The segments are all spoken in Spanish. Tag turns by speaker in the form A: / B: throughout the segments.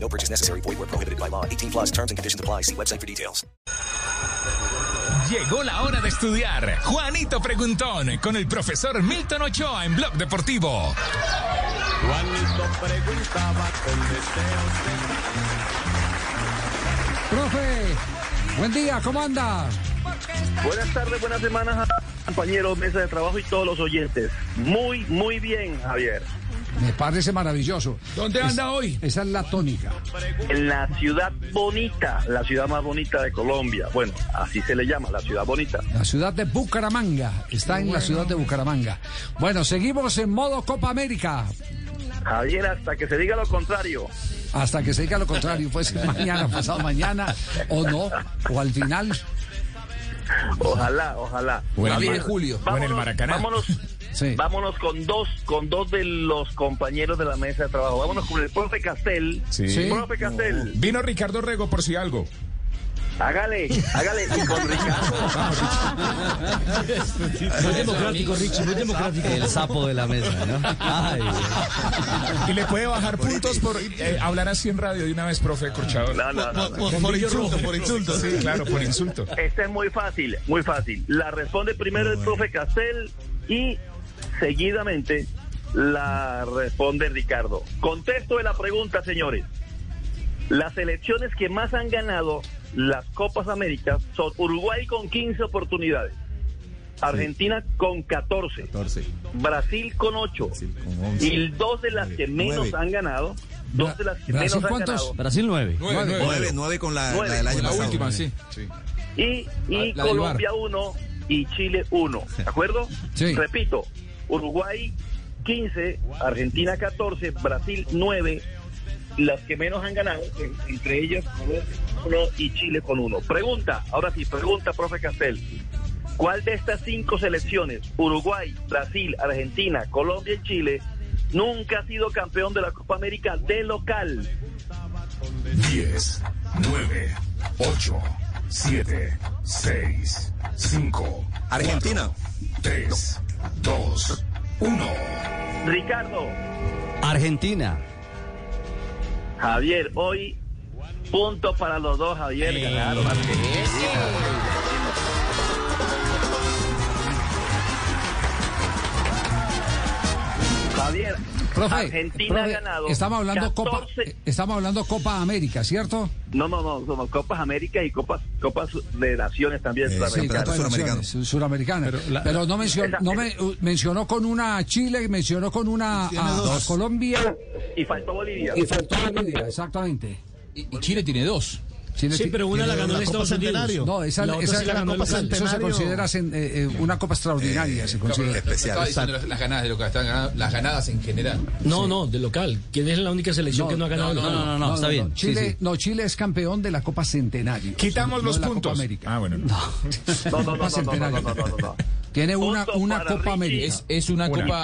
A: No purchase necessary. Void where prohibited by law. 18 plus terms and conditions apply. See website for details.
B: Llegó la hora de estudiar. Juanito Preguntón con el profesor Milton Ochoa en Blog Deportivo.
C: Juanito preguntaba con deseos
D: Profe, buen día, ¿cómo anda?
C: de... Buenas tardes, buenas semanas, a- compañeros, mesa de trabajo y todos los oyentes. Muy, muy bien, Javier.
D: Me parece maravilloso.
B: ¿Dónde anda hoy?
D: Esa es la tónica.
C: En la ciudad bonita, la ciudad más bonita de Colombia. Bueno, así se le llama, la ciudad bonita.
D: La ciudad de Bucaramanga. Está en la ciudad de Bucaramanga. Bueno, seguimos en modo Copa América.
C: Javier, hasta que se diga lo contrario.
D: Hasta que se diga lo contrario, pues mañana, pasado mañana, o no, o al final.
C: Ojalá, ojalá.
B: O en el
C: Javier,
B: Mar- julio, o en el Maracaná.
C: Vámonos,
D: Sí.
C: vámonos con dos, con dos de los compañeros de la mesa de trabajo. Vámonos con el profe Castel.
B: Sí.
D: Sí.
C: Profe Castel,
B: Vino Ricardo Rego por si algo.
C: hágale, hágale. Y con Ricardo.
E: Muy democrático, Richie, muy democrático. El sapo de la mesa, ¿no? Ay,
B: Y le puede bajar puntos por eh, hablar así en radio de una vez, profe Corchador.
C: No, no, no, no.
E: por insulto, por insulto.
B: Sí, claro, por insulto.
C: Esta Este es muy fácil, muy fácil. La responde primero el profe Castel y seguidamente la responde Ricardo. Contexto de la pregunta, señores. Las selecciones que más han ganado las Copas Américas son Uruguay con 15 oportunidades, Argentina con 14, Brasil con 8 y dos de las que menos han ganado, dos de las que
D: Bra-
C: menos
D: ¿Brasil
C: han
D: cuántos?
C: ganado.
E: Brasil 9.
F: Nueve, nueve con la,
C: Nueve.
F: la del año
C: La
F: pasado.
C: última,
F: sí.
C: y, y
F: La- la del
C: Colombia 1 y Chile 1. ¿De acuerdo?
D: Sí.
C: Repito, Uruguay 15, Argentina 14, Brasil 9. Las que menos han ganado, en- entre ellas Colombia 1 y Chile con 1. Pregunta, ahora sí, pregunta, profe Castel. ¿Cuál de estas cinco selecciones, Uruguay, Brasil, Argentina, Colombia y Chile, nunca ha sido campeón de la Copa América de local?
G: 10, 9, 8, 7, 6, 5,
F: Argentina.
G: 3, 2, 1.
C: Ricardo.
E: Argentina.
C: Javier, hoy punto para los dos, Javier. Ganaron. Javier,
D: Profe,
C: Argentina
D: profe,
C: ha ganado.
D: Estamos hablando, Copa,
C: 14
D: eh, estamos hablando Copa América, ¿cierto?
C: No, no, no, somos Copas América y Copas Copas de Naciones también.
F: Eh,
C: sudamericanas.
F: Campeonato
D: Copa de
F: suramericano.
D: Naciones, su- Suramericana. Pero, no, mencionó, no me, uh, mencionó con una a Chile, mencionó con una a- a Colombia.
C: Y faltó Bolivia.
D: Y faltó Bolivia, exactamente.
H: Y Chile tiene dos.
D: Chile
E: Sí,
D: ti-
E: pero una la ganó en Estados Unidos.
D: No, esa,
E: La otra
D: esa
E: sí la ganó el
D: eso se
E: Centenario.
D: considera sen- eh, eh, una copa extraordinaria,
C: Eh,
D: se considera.
H: Estaba
F: Especial.
H: diciendo las, las ganadas de lo que están ganando, las ganadas en general.
E: No, no, de local. ¿Quién es la única selección
D: No,
E: que no ha ganado?
H: no, no,
E: no, está bien. sí,
D: Chile,
E: sí.
D: no, Chile es campeón de la Copa Centenario.
B: Quitamos
D: no
B: los
D: de la Copa
B: puntos.
D: América.
B: Ah, bueno.
C: No, no, no,
D: Copa
C: no, no, no,
D: Centenario.
C: no, no, no.
D: Tiene una,
C: Punto
D: una
C: para
D: Copa
C: Richie.
D: América.
H: Es, es una,
B: Una.
H: copa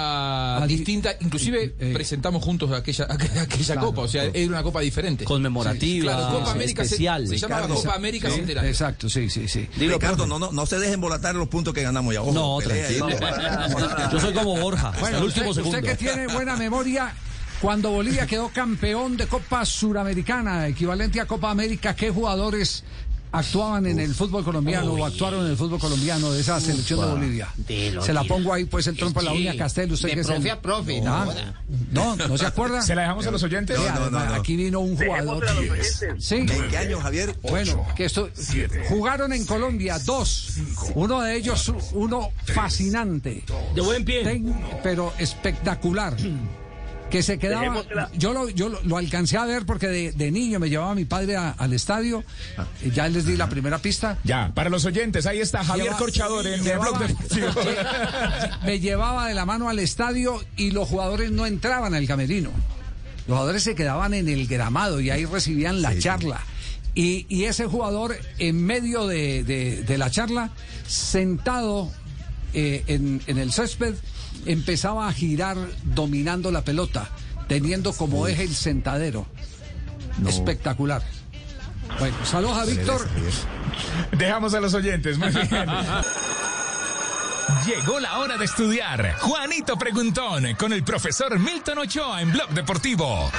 D: Ah, di-
H: distinta. Inclusive
D: eh, eh.
H: presentamos juntos aquella, aquella, aquella copa. O sea, era una copa diferente.
E: Conmemorativa,
H: Claro, Copa América se-
E: especial.
H: Se, llama
F: Ricardo.
H: Copa América
D: Sí,
H: Centenario.
D: Exacto, sí, sí, sí.
F: Ricardo, no, no, no se dejen volatar los puntos que ganamos ya. Ojo,
E: No,
F: pelea ahí.
E: tranquilo. Yo soy como Borja, hasta
D: Bueno,
E: el
D: usted,
E: último
D: usted
E: segundo.
D: que tiene buena memoria, cuando Bolivia quedó campeón de Copa Suramericana, equivalente a Copa América, ¿qué jugadores actuaban en el fútbol colombiano o actuaron en el fútbol colombiano de esa selección de Bolivia? Se la pongo ahí, pues el trompo en la uña, Castel, usted que es el-
H: profe.
D: Ah, no, no se acuerda.
B: ¿Se la dejamos a los oyentes?
D: Vea,
F: No, no, no,
D: además,
F: no.
D: Aquí vino un jugador.
C: Dejémosela a los oyentes.
D: Sí.
F: ¿En qué año, Javier?
D: Bueno, que esto
G: siete,
D: jugaron en Colombia dos, uno de ellos uno fascinante,
E: De buen pie.
D: Ten- pero espectacular. Que se quedaba.
C: Dejémosela.
D: Yo lo, yo lo- lo alcancé a ver porque de, de niño me llevaba mi padre a- al estadio. y Ya les di la primera pista.
B: Ya, para los oyentes, ahí está Javier
D: Lleva-
B: Corchador en el
D: llevaba-
B: Blog Deportivo.
D: me llevaba de la mano al estadio y los jugadores no entraban al camerino. Los jugadores se quedaban en el gramado y ahí recibían la charla. Y, y ese jugador, en medio de, de- de la charla, sentado eh, en, en el césped, empezaba a girar dominando la pelota, teniendo como eje el sentadero. Espectacular. Bueno, saludos a Víctor.
B: Dejamos a los oyentes, muy bien. Llegó la hora de estudiar. Juanito Preguntón con el profesor Milton Ochoa en Blog Deportivo.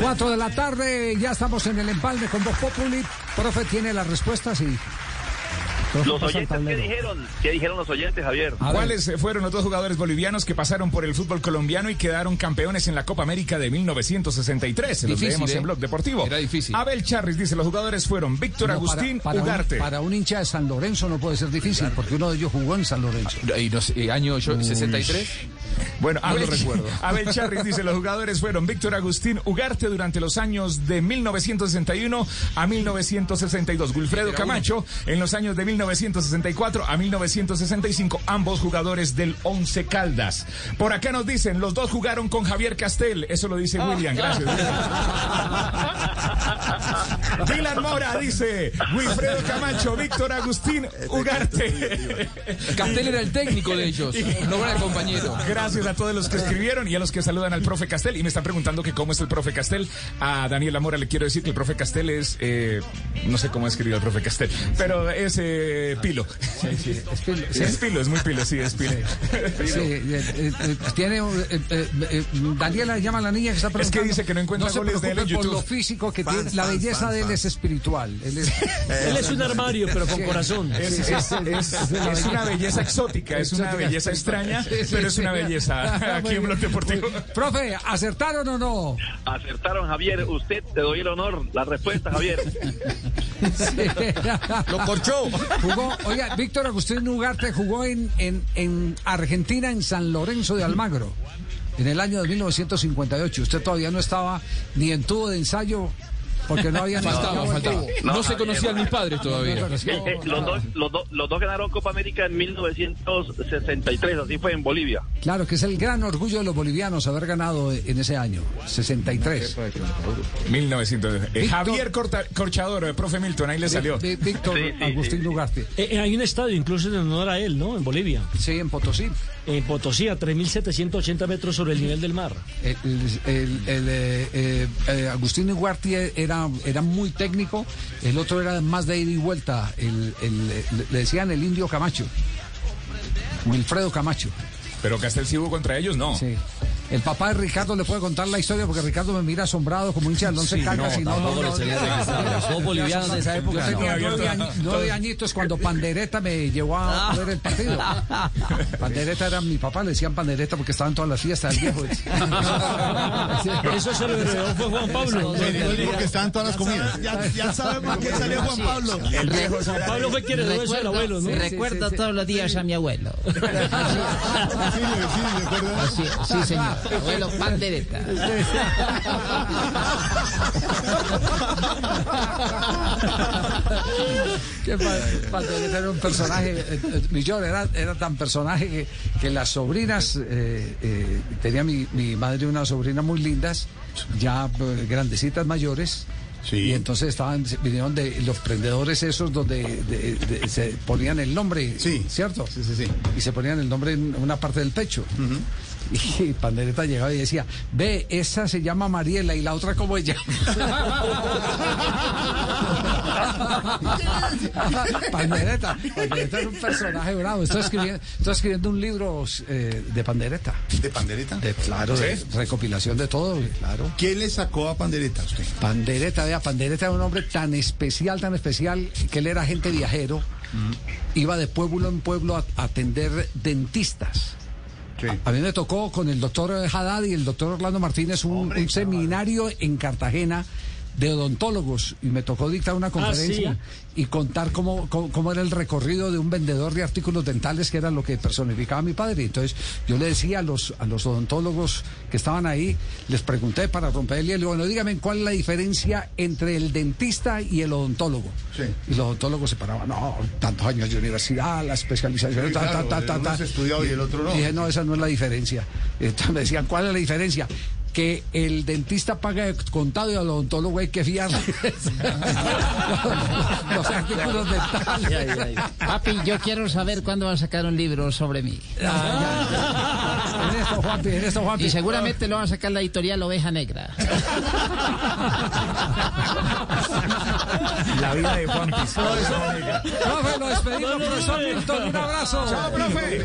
D: 4 de la tarde, ya estamos en el empalme con Voz Populi. Profe tiene las respuestas y.
C: Los oyentes, ¿qué dijeron? ¿Qué dijeron los oyentes, Javier?
D: A ver.
B: ¿Cuáles eh, fueron los dos jugadores bolivianos que pasaron por el fútbol colombiano y quedaron campeones en la Copa América de 1963? Se los
H: Difícil,
B: leemos
H: ¿eh?
B: en Blog Deportivo.
H: Era difícil.
B: Abel Charris dice, los jugadores fueron Víctor
D: No, para-
B: Agustín
D: para, un-
B: Ugarte.
D: para un hincha de San Lorenzo no puede ser difícil, porque uno de ellos jugó en San Lorenzo.
H: Y no sé, eh, año yo- 63.
B: Bueno, Abel,
H: lo recuerdo.
B: Abel Charris dice, los jugadores fueron Víctor Agustín Ugarte durante los años de 1961 a 1962. Wilfredo Camacho en los años de 1964 a 1965, ambos jugadores del Once Caldas. Por acá nos dicen, los dos jugaron con Javier Castel. Eso lo dice William, gracias. Dylan Mora dice, Wilfredo Camacho, Víctor Agustín Ugarte.
H: Castel Ah, era el técnico de ellos, no era el compañero.
B: Gracias a todos los que escribieron y a los que saludan al profe Castel y me están preguntando que cómo es el profe Castel. A Daniel Amora le quiero decir que el profe Castel es, eh, no sé cómo escribir al profe Castel, pero es eh, pilo.
D: Es pilo, sí.
B: Es pilo, es muy pilo, sí, es pilo.
D: Sí, eh, eh, eh, tiene un- eh, eh, eh, Daniela llama a la niña que está preguntando.
B: que dice que no encuentra
D: se
B: goles de él en
D: preocupe
B: YouTube.
D: Por lo físico que
F: Fans,
D: tiene, la
F: fans,
D: belleza
F: fans,
D: de él es
F: fans.
D: espiritual. Él es-
E: Él es un armario, pero con corazón. Eh,
B: Es,
D: Sí,
B: es-
D: sí,
B: es-
D: sí, la
B: es una belleza exótica, es una
D: Exótica.
B: belleza extraña,
D: Sí, sí,
B: pero es
D: sí. Ah,
B: una belleza. Aquí en Blog Deportivo.
D: Profe, ¿acertaron o no?
C: Acertaron, Javier. Usted, te doy el honor. La respuesta, Javier.
D: Lo corchó. Jugó, oiga, Víctor Agustín Ugarte jugó en, en, en Argentina, en San Lorenzo de Almagro, en el año de 1958. Usted todavía no estaba ni en tubo de ensayo, porque no había
H: Faltaba, faltaba.
C: No,
H: No se conocían mis padres todavía.
C: Eh, eh, los, dos, los, dos, los dos ganaron Copa América en 1963, así fue en Bolivia.
D: Claro, que es el gran orgullo de los bolivianos haber ganado en ese año, 63.
B: 1900. eh,
D: Víctor-
B: Javier Corta- Corchador, eh, profe Milton, ahí le salió.
D: Ví- Víctor
C: Sí, sí,
D: Agustín
C: sí.
D: Ugarte.
E: Eh, eh, hay un estadio incluso en honor a él, ¿no? En Bolivia.
D: Sí, en Potosí.
E: En Potosí, a 3.780 metros sobre el nivel del mar.
D: El, el- el, eh, eh, eh, Agustín Ugarte era, era muy técnico, el otro era más de ida y vuelta, el- el- eh, le- le decían el indio Camacho, Wilfredo Camacho.
B: Pero Castel sí hubo contra ellos, no.
D: Sí. El papá de Ricardo le puede contar la historia porque Ricardo me mira asombrado como hincha del once Caldas y no, no,
E: tampoco
D: no,
E: lo sería
D: no,
E: regresar.
D: no,
E: Los dos
D: no,
E: bolivianos de esa época,
D: Yo
E: no.
D: tenía nueve, añi- nueve añitos cuando Pandereta me llevó a ver el partido. Pandereta era mi papá, le decían Pandereta porque estaba en todas las fiestas el viejo.
E: Eso se lo heredó fue Juan Pablo.
I: Porque estaban todas las comidas. Ya, ya sabemos que salió Juan Pablo.
E: Juan Pablo fue quien heredó eso del abuelo, ¿no?
D: Recuerdo todos los días a mi abuelo.
I: Sí, sí, ¿de acuerdo?
D: Sí, señor. Abuelo Pandereta. Qué padre. Pandereta era un personaje, eh, eh, Millón era, era tan personaje que, que las sobrinas, eh, eh, tenía mi, mi madre unas sobrinas muy lindas, ya eh, grandecitas mayores. Y entonces estaban, vinieron de los prendedores esos donde de- de- se ponían el nombre,
I: Sí.
D: ¿cierto?
I: Sí, sí, sí.
D: y se ponían el nombre en una parte del pecho. Y Pandereta llegaba y decía, ve, esa se llama Mariela y la otra como ella. Pandereta, Pandereta era un personaje bravo. Estoy escribiendo, estoy escribiendo un libro eh, de Pandereta.
I: ¿De pandereta?
D: De, claro, de recopilación de todo, claro.
I: ¿Quién le sacó a pandereta a usted?
D: Pandereta, vea, Pandereta era un hombre tan especial, tan especial, que él era agente viajero, iba de pueblo en pueblo a a atender dentistas. A mí me tocó con el doctor Haddad y el doctor Orlando Martínez un, un seminario en Cartagena de odontólogos y me tocó dictar una conferencia y contar cómo, cómo, cómo era el recorrido de un vendedor de artículos dentales que era lo que personificaba mi padre. Entonces yo le decía a los, a los odontólogos que estaban ahí, les pregunté para romper el hielo, bueno, dígame cuál es la diferencia entre el dentista y el odontólogo.
I: Sí.
D: Y los odontólogos se paraban, no, tantos años de universidad, la especialización,
I: Sí,
D: ta, ta,
I: claro,
D: ta, ta,
I: uno
D: ta".
I: es estudiado y el otro no.
D: Dije, no, esa no es la diferencia. Entonces me decían, ¿cuál es la diferencia? que el dentista paga de contado y al odontólogo hay que fiar los, los artículos dentales.
J: Papi, yo quiero saber cuándo va a sacar un libro sobre mí.
D: En esto, Juanpi, en esto, Juanpi.
J: Y seguramente lo va a sacar la editorial Oveja Negra.
B: La vida de Juan
D: Profe, lo despedimos, profesor Milton. Un abrazo. Chao, profe.